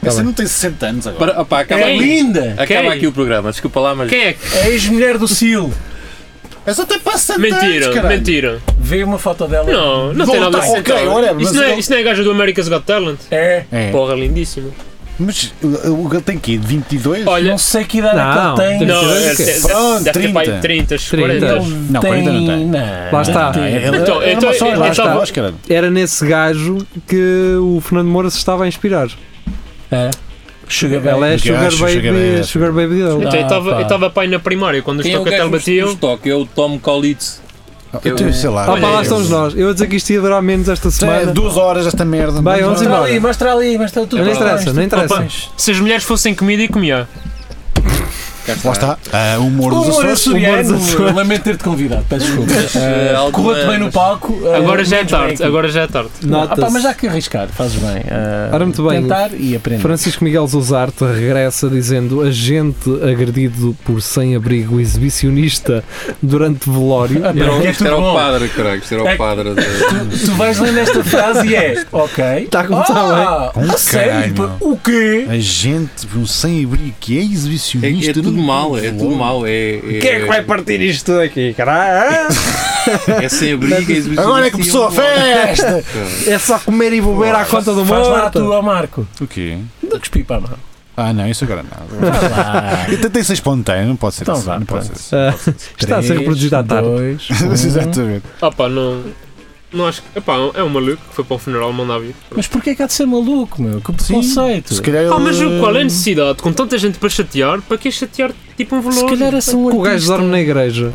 C: Tá
B: você não tem 60 anos agora.
D: Para, opá, acaba,
F: É
E: Quem?
D: aqui,
F: linda.
E: Quem?
D: acaba aqui o programa, desculpa lá, mas.
E: Quem é que.
F: É a ex-mulher do Sil.
B: Essa É tem para 60
E: Mentira,
B: anos, caralho.
E: mentira.
F: Vê uma foto dela.
E: Não, não tem nada a ver.
B: Volta, ok, whatever,
E: Isso
B: mas
E: não é,
B: eu-
E: isso não é gajo do America's Got Talent?
F: É.
B: É.
E: Porra, lindíssimo.
B: Mas uh, o que ele tem aqui? 22?
E: Olha,
F: Não sei que idade
C: Não,
F: é que ele tem.
C: não,
E: não,
C: sei
E: é,
C: o quê.
E: deve-
B: Pronto,
E: deve ter pai
B: 30.
E: 30,
C: Ele-
E: 40.
B: Não, 40 não tem.
E: É.
C: Lá está.
B: Ah, ele-
E: Então,
B: ele
E: então,
B: era só
E: então-
B: lá está,
C: então-
B: acho que era.
C: Era nesse gajo que o Fernando Moura se estava a inspirar.
F: É. Sugar
C: Ela é
B: Porque
C: Sugar
B: acho Sugar
C: Baby,
B: Baby.
C: Sugar Baby dele.
F: Ah,
E: Então eu estava-
F: pá.
E: eu estava pai na primária quando os
D: Quem é o
E: Tocatel
D: gajo dos- dos
E: batiam.
D: toque? É o Tom Collitz.
B: Eu tenho, sei lá.
C: Ah, pá, lá
E: Olha,
C: estamos nós. Eu a dizer que isto ia durar menos esta
B: É,
C: semana.
B: duas horas esta merda.
C: Bem,
B: Duas
C: vamos
B: horas.
F: Mostra
C: embora.
F: ali, mostra ali, mostra tudo.
C: Não
F: para
C: interessa,
F: baixo,
C: não
F: tudo para
C: interessa.
F: baixo.
E: Se as mulheres fossem comida e comia.
B: Lá está. Ah, O humor dos
F: Humor
B: Açores.
F: açoriano.
C: humor dos Açores.
F: Lamento ter-te convidado, peço desculpa.
D: eh,
F: Eh,
D: alguma-
F: Corra-te bem no palco. eh,
E: Agora já é
F: menos
E: tarde,
F: bem.
E: agora já é tarde.
F: Ah, pá,
C: Nota-se.
F: mas já que arriscar, fazes bem. eh,
C: Ora, muito bem.
F: Tentar e aprender.
C: Francisco Miguel Zozarte regressa dizendo agente agredido por sem-abrigo exibicionista durante velório.
F: Ah,
D: Era,
F: Não,
D: o-
F: é
D: isto
F: tudo
D: era
F: bom.
D: o padre, caralho. Isto era
F: É-
D: o padre.
F: Tu vais lendo esta frase e é. Ok.
C: Está a começar
F: ah,
B: bem.
F: a sério?
B: Caralho,
F: pá, O quê?
B: A gente, um sem-abrigo que é
D: É,
B: exibicionista. um
D: é tudo
B: não-
D: mal, é tudo mal. É, é,
C: partir isto daqui, caralho?
D: é sem abrigo, é exibição.
B: Agora é que começou a festa!
C: É só comer e beber à conta do
F: Faz lá a
C: morto.
F: tua, Marco.
B: O quê?
F: Cuspi para a mão.
B: Ah, não, isso agora não. Eu tentei ser espontâneo, não pode ser
F: Então
B: assim.
F: vá,
B: não pode
F: pronto.
B: ser
C: Ah, Está a ser reproduzido à tarde.
F: Dois,
B: assim.
F: um.
B: Exatamente.
E: Ah pá, não. Não acho que. Epá, é um maluco que foi para um funeral mandar vir.
F: Mas porquê é que há de ser maluco, meu? Que
B: Sim,
F: preconceito.
B: Se calhar
E: Ah, mas
B: ele-
E: qual é a necessidade? Com tanta gente para chatear, para que chatear tipo um
F: Se
E: valor?
F: calhar é só um
C: O gajo
F: artista.
C: dorme na igreja.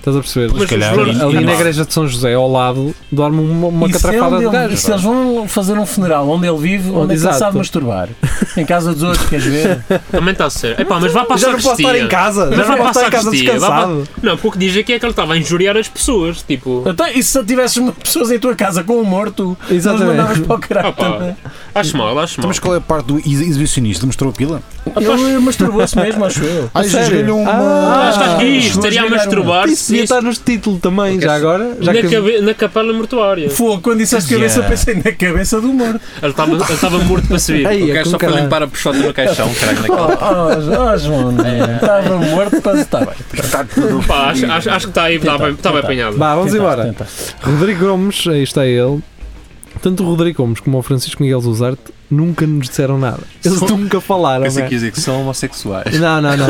C: Estás a perceber?
E: Mas
G: calhar,
E: os
G: e-
E: planos-
C: Ali
G: e
C: na
G: não-
C: igreja de São José, ao lado, dorme uma, uma
F: E se
C: catrafada
F: é ele-
C: de
F: e
C: gajos.
F: se eles vão fazer um funeral onde ele vive, onde é que ele
C: Exato.
F: sabe masturbar? em casa dos outros, queres ver?
E: Também está a ser. Epá, mas vá para a
G: Já não posso estar em
E: sacristia.
G: casa.
E: Mas
G: Já não
E: vai
G: posso estar
E: passar
G: em casa
E: vestia, vai
G: descansado.
E: Não, porque diz aqui é que ele estava a injuriar as pessoas. Tipo,
F: Então, e se tivesses pessoas em tua casa com um morto, nós
C: Exatamente.
F: mandavas para o caralho tá
E: Opa.
F: também.
E: acho mal, acho mal.
B: Mas qual é a parte do ex- exibicionista? Mostrou a pila?
F: Ele masturbou-se mesmo, acho eu.
B: Ah, esgalhou uma.
E: Ah, está aqui,
F: chegou a
E: estaria a
F: esmagar um.
C: Isso
E: masturbar-se.
C: devia estar nos títulos também, já agora. Já
E: na,
C: que-
E: cabe- na capela mortuária.
F: Fogo, quando disseste cabeça, pensei na cabeça do morto.
E: Ele estava ele estava morto para subir.
C: Ei,
D: O
C: é
D: gajo só
C: com
D: foi
C: caralho.
D: limpar a peixota no caixão, caralho,
F: Oh,
D: naquela.
F: oh, oh, João, Neves, estava morto para estar bem.
E: Pá, acho, acho- acho que está aí, está bem, está bem apanhado.
C: Vá, Ah, vamos
F: Tentaste,
C: embora.
F: tentaste.
C: Rodrigo Gomes, aí está ele. Tanto o Rodrigo Gomes como o Francisco Miguel Zuzarte nunca nos disseram nada. Eles
D: São-
C: nunca falaram.
D: Pensei
C: é?
D: que ia dizer que são homossexuais.
C: Não, não, não.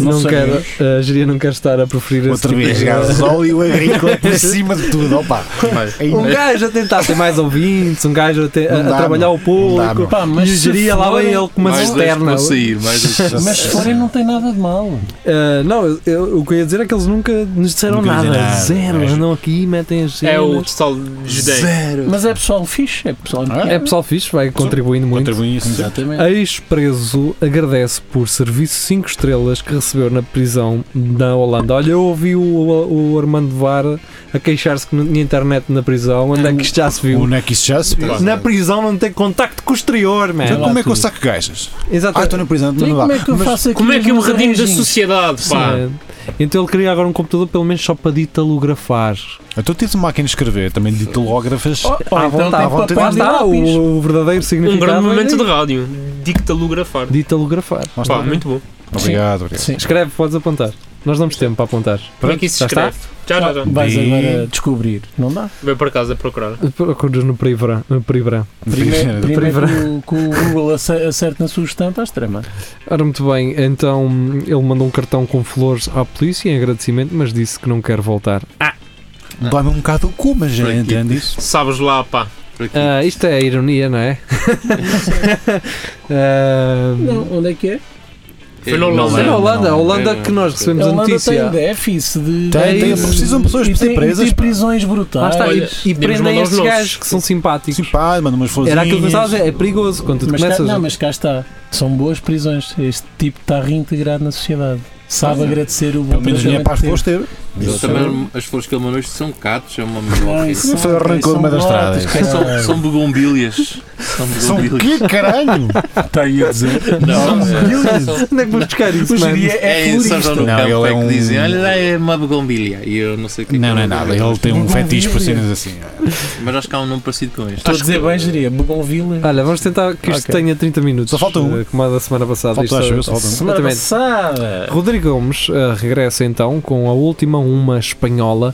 C: não quero. eh,
F: sabemos.
C: A geria não quer estar a preferir esse
B: Outra
C: tipo
B: vez,
C: de-
B: gás óleo agrícola por cima de tudo. Opa,
D: Mas,
B: ainda
C: Um gajo a tentar ter mais ouvintes, um gajo a, ter- a-
B: Não dá,
C: a trabalhar
B: meu.
C: o
B: Não dá,
C: público.
B: meu.
F: Pá,
C: E
F: mas
C: o
F: se
C: geria lá
F: forem-
C: vem ele com uma
D: mais dois que
C: cisterna.
D: vão sair, mais dois que vão
F: Mas se
D: sair.
F: forem, não tem nada de mal.
C: Ah, não, eu, eu- o que eu ia dizer é que eles nunca nos disseram
G: Nunca
C: nada.
G: dizem nada,
C: Zero.
G: mas-
C: Andam aqui, metem as
E: É o
C: cenas.
E: total judeu.
F: Mas é pessoal fixe, é pessoal.
C: É pessoal fixe, vai contribuindo muito.
G: Contribuem isso.
C: Ah,
F: Exatamente.
C: Ex-preso agradece por serviço 5 estrelas que recebeu na prisão da Holanda. Olha, eu ouvi o, o Armando Vara a queixar-se que não tinha internet na prisão. Onde é que isto já se viu?
B: Onde é que isso já se passa?
C: Na prisão não tem contacto com o exterior, man.
B: Então,
F: lá
B: como é que eu
F: tudo.
B: saco gajas? Ah,
C: Exatamente.
B: estou na prisão,
F: Então,
B: não
F: e
B: dá.
F: como é que eu
B: Mas
F: faço aqui?
E: Como é que eu me
F: os meus
E: redimo da
F: arranjinhos?
E: sociedade, pá?
C: É. Então ele queria agora um computador pelo menos só para ditalografar.
B: Então tive uma máquina de escrever, também de telógrafas.
F: Oh, oh,
B: À
F: então
B: vontade,
F: tem
B: à vontade.
F: papel
C: Lá
F: de
C: está
F: lápis.
C: Ah, o, o verdadeiro
E: Um
C: significado.
E: grande momento de
C: é
E: rádio. Dictalografar.
C: Ditalografar.
B: Lá está.
E: Pá, muito bom.
B: Obrigado, obrigado.
F: Sim.
C: Escreve, podes apontar. Nós damos tempo para apontar.
E: Como é que isso se
C: já está?
E: escreve? Já, já, já.
F: Vais
B: E-
F: agora descobrir. Não dá.
E: Vai para casa procurar.
C: Acordas no Peribra. No Peribra.
F: Primeiro,
B: Obrigado.
F: primeiro que, o, que o Google ace- acerte na sua gestão, estás trama.
C: Ora, muito bem, então ele mandou um cartão com flores à polícia em agradecimento, mas disse que não quer voltar.
B: Dói-me um bocado o cu, mas já
D: Para aqui.
B: entende isso.
E: Sabes lá, pá.
D: Por aqui.
C: Ah, isto é a ironia, não é? Ah,
F: Não, onde é que é?
E: Foi na
D: É,
E: Holanda.
D: não
C: foi
D: é,
C: na Holanda, a
D: não,
C: Holanda
D: é,
C: que nós recebemos
F: A
C: a
F: Holanda
C: notícia.
F: tem déficit de.
B: Tem, tem,
F: de-
B: precisam de pessoas
F: e
B: para ser
F: tem-
B: presas,
F: E tem
B: pá.
F: prisões
C: Lá
F: brutais.
C: está, e-
E: Olha,
C: e
E: podemos
C: prendem
E: mandar os
C: estes
E: nossos.
C: gajos que são simpáticos.
B: Sim, pá, manda umas florzinhas.
C: Era aquilo que eu estava a dizer, é perigoso quando tu
F: Mas cá,
C: começas.
F: não, mas cá está. São boas prisões. Este tipo está reintegrado na sociedade. Sabe agradecer o bom
B: Pelo menos dinheiro
F: tratamento
B: para as
F: que teve.
B: flores teve.
D: Mas também as flores que ele mandou isto são catos, é uma memória.
F: isso
B: Foi
F: são
B: arrancou do meio da
F: boatos,
B: estrada, isso.
D: É, São,
F: caralho.
D: são bugambílias. São
B: São o
D: bugambílias.
B: quê, caralho?
F: Tenho a dizer.
D: Não,
B: Bugambílias?
D: são-
C: Onde é que vamos buscar isso,
F: Hoje em
C: mano?
F: dia
D: É
F: é
D: em São João
F: florista.
D: do
B: Não,
D: Campo
B: ele
D: é
B: é
D: que
B: um-
D: dizem, olha lá, é uma bugambília. E eu não sei o que é
B: Não,
D: que
B: não
D: é
B: é
D: uma
B: nada.
D: bugambília.
B: Ele tem um
F: Bugambília.
B: fetiche para cenas assim.
D: Mas acho que há um nome parecido com este.
F: Estou a dizer bem, é. geria. Bougainville.
C: Olha, vamos tentar que isto
F: Ok.
C: tenha 30 minutos.
B: Só falta um.
C: eh, Como a da semana passada.
B: Falta,
C: Isto- é
B: acho eu, só falta um.
F: Semana
C: Exatamente.
F: passada.
C: Rodrigo Gomes eh, regressa então com a última uma espanhola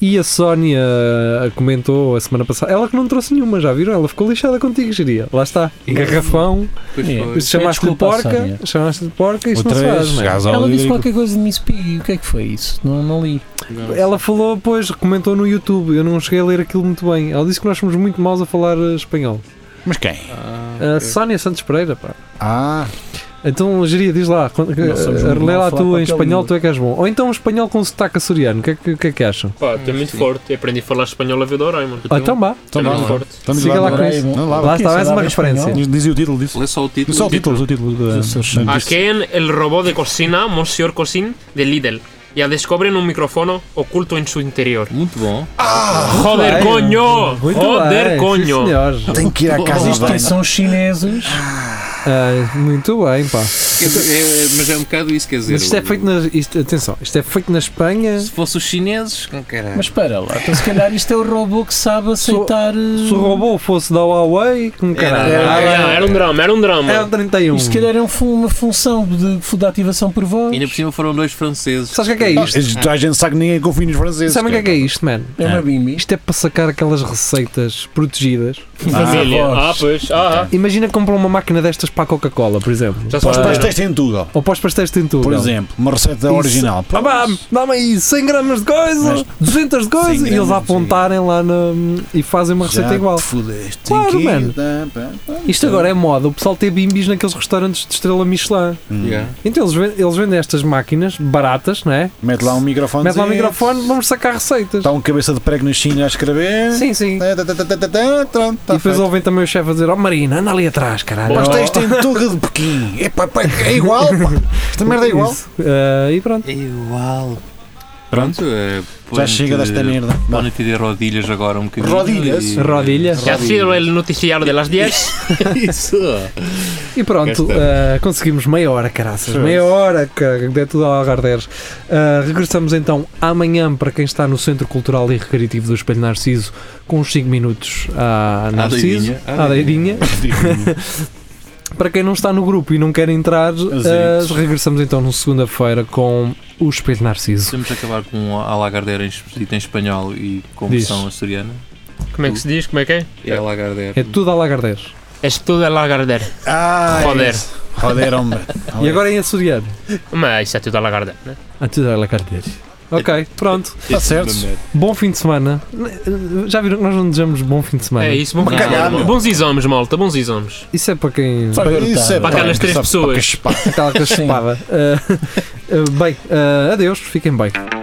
C: e a Sónia eh, comentou a semana passada. Ela que não trouxe nenhuma, já viram? Ela ficou lixada contigo, Giria. Lá está. Garrafão,
D: Pois
F: É.
D: foi.
F: Pois.
C: chamaste-lhe de
F: Desculpa,
C: porca,
F: Sónia.
C: chamaste-lhe de porca, isto
B: Outra
C: não se
B: vez,
C: faz, não é?
B: gás
F: Ela
B: óleo
F: disse
B: e-
F: qualquer coisa de Miss Piggy. O que é que foi isso? Não, não li.
D: Não.
C: Ela falou, pois, comentou no YouTube. Eu não cheguei a ler aquilo muito bem. Ela disse que nós somos muito maus a falar eh, espanhol.
B: Mas quem?
C: A Sónia Santos Pereira, pá.
B: Ah,
C: Então, Giria, diz lá, con-
F: somos
C: eh,
F: muito
C: lê
F: maus
C: lá
F: a falar
C: tu em
F: qualquer
C: espanhol,
F: língua.
C: tu é que és bom. Ou então um espanhol com sotaque açoriano, o que, é que- o que é que acham?
E: Pá, tu é muito forte. Eu aprendi a falar espanhol a ver do Doraemon.
C: Ou então, vá.
E: Tu é
B: Então
E: muito
B: vá.
E: forte.
B: estamos
C: Siga lá
B: lá.
C: com
B: agora.
C: isso.
B: Não, lá,
C: Lá
B: vai.
C: está, mais uma
F: Quem sabe
C: referência.
B: Diz- Dizia o título disso.
D: Lê só o título.
B: Só o título, o título. da-
F: Eu sou chato.
B: da-
E: Hackeen el robot de cocina Monsieur Cocin de Lidl. Ya descubren un micrófono oculto en su interior.
D: Muito bom.
E: ¡Joder,
C: bem.
E: coño!
C: Muito
E: ¡Joder,
C: bem, Então, sim,
E: coño!
C: senhor.
B: Tenho que ir à casa
C: um
F: Isto é,
B: e
F: são chineses.
C: Ah, muito bem, pá. Mas
D: Quer dizer, é- mas é um bocado isso, quer dizer.
C: isto é
D: o-
C: feito na. Isto, atenção, isto é feito na Espanha.
D: Se fosse os chineses, com caralho.
F: Mas espera lá. Então, se calhar isto é o robô que sabe aceitar. eh,
C: Se o robô fosse da Huawei, como caralho.
E: Ah, Eh.
C: Ah,
E: ya, era un drama, era un drama.
C: é o 31.
F: Isto se calhar é um fu- uma função de, de ativação por voz.
D: Ainda por cima foram dois franceses.
C: Sabes o que é que é isto?
B: Isto- A gente sabe que ninguém confia nos franceses.
C: Sabem o que é que é
B: cara.
C: isto, mano?
F: É uma bimbi.
C: Isto é para sacar aquelas receitas protegidas.
E: Familia. Ah, pues, ah,
C: Imagina comprar uma máquina destas para a Coca-Cola, por exemplo.
E: Já se
B: Para os
E: Para-
B: pastéis tem tudo.
C: Ou para os pastéis de Tentugal.
B: Por exemplo, uma receita original.
C: Ah, pá, dá-me aí 100 gramas de coisa, 200 de coisa,
B: 100
C: e eles
B: gramas,
C: apontarem lá na- e fazem uma receita
B: Já
C: igual.
B: Te fudeste.
C: Claro,
B: Aqui,
C: mano.
B: tá, pá, pá.
C: Isto agora é moda, o pessoal tem bimbis naqueles restaurantes de estrela Michelin.
B: Hum.
D: Yeah.
C: Então eles vendem, eles vendem estas máquinas baratas, não é?
B: Mete lá um microfone.
C: Mete lá o microfone, vamos sacar receitas.
B: Está um cabeça de prego no chinho a escrever.
C: Sim, sim.
B: Tá, tá, tá, tá, tá, tá, Pronto,
C: e
B: tá
C: depois Oh.
B: feito.
C: ouvem também o chefe a dizer: Ó Marina, anda ali atrás, caralho.
B: Pastéis tem tuga de Pequim. Epá, pá, É igual. pá. Esta merda é igual.
C: Isso. Ah, e pronto.
D: É igual. Pronto, eh,
B: Já
D: põe-te-
B: chega desta merda.
D: Põe-te de rodilhas agora um bocadinho.
B: Rodilhas?
D: e-
C: Rodilhas.
E: Ya ha sido el noticiario de las 10.
D: Isso.
C: E pronto,
D: Esta-
C: ah, conseguimos meia hora, caraças.
B: Sim.
C: Meia hora, cara, é tudo a Algarderes. Ah, regressamos então amanhã para quem está no Centro Cultural e Recreativo do Espelho Narciso, com uns 5 minutos a Narciso,
D: doidinha, à
C: à Deirinha. Para quem não está no grupo e não quer entrar, ah,
B: Azeite.
C: regressamos então na segunda-feira com o Espelho Narciso.
D: Podemos acabar com a lagardeira em, esp- em espanhol e com
C: Diz.
D: versão asturiana.
E: Como é que se diz? Como é que é?
D: É a lagardeira.
C: É tudo a Lagarderes.
E: És tudo a lagarder.
B: Ah,
E: Roder.
B: isso. Roder, hombre.
C: E agora em açoriano.
E: Mas isso é tudo a lagarder, né?
C: A tudo a Lagarderes. Ok, pronto.
D: Tá
B: certo.
C: Bom fim de semana. Já viram que nós não desejamos bom fim de semana?
E: É isso, bom
B: Uma
E: final.
B: cagada.
E: Bons exames, malta, bons exames.
C: Isso é para tá quem.
B: Isso é
E: Para
B: pá,
E: aquelas três
B: sabe,
E: pessoas.
B: para que espa-
C: Eh, aquela com a espada. Ah, ah, bem, ah, eh, adeus, fiquem bem.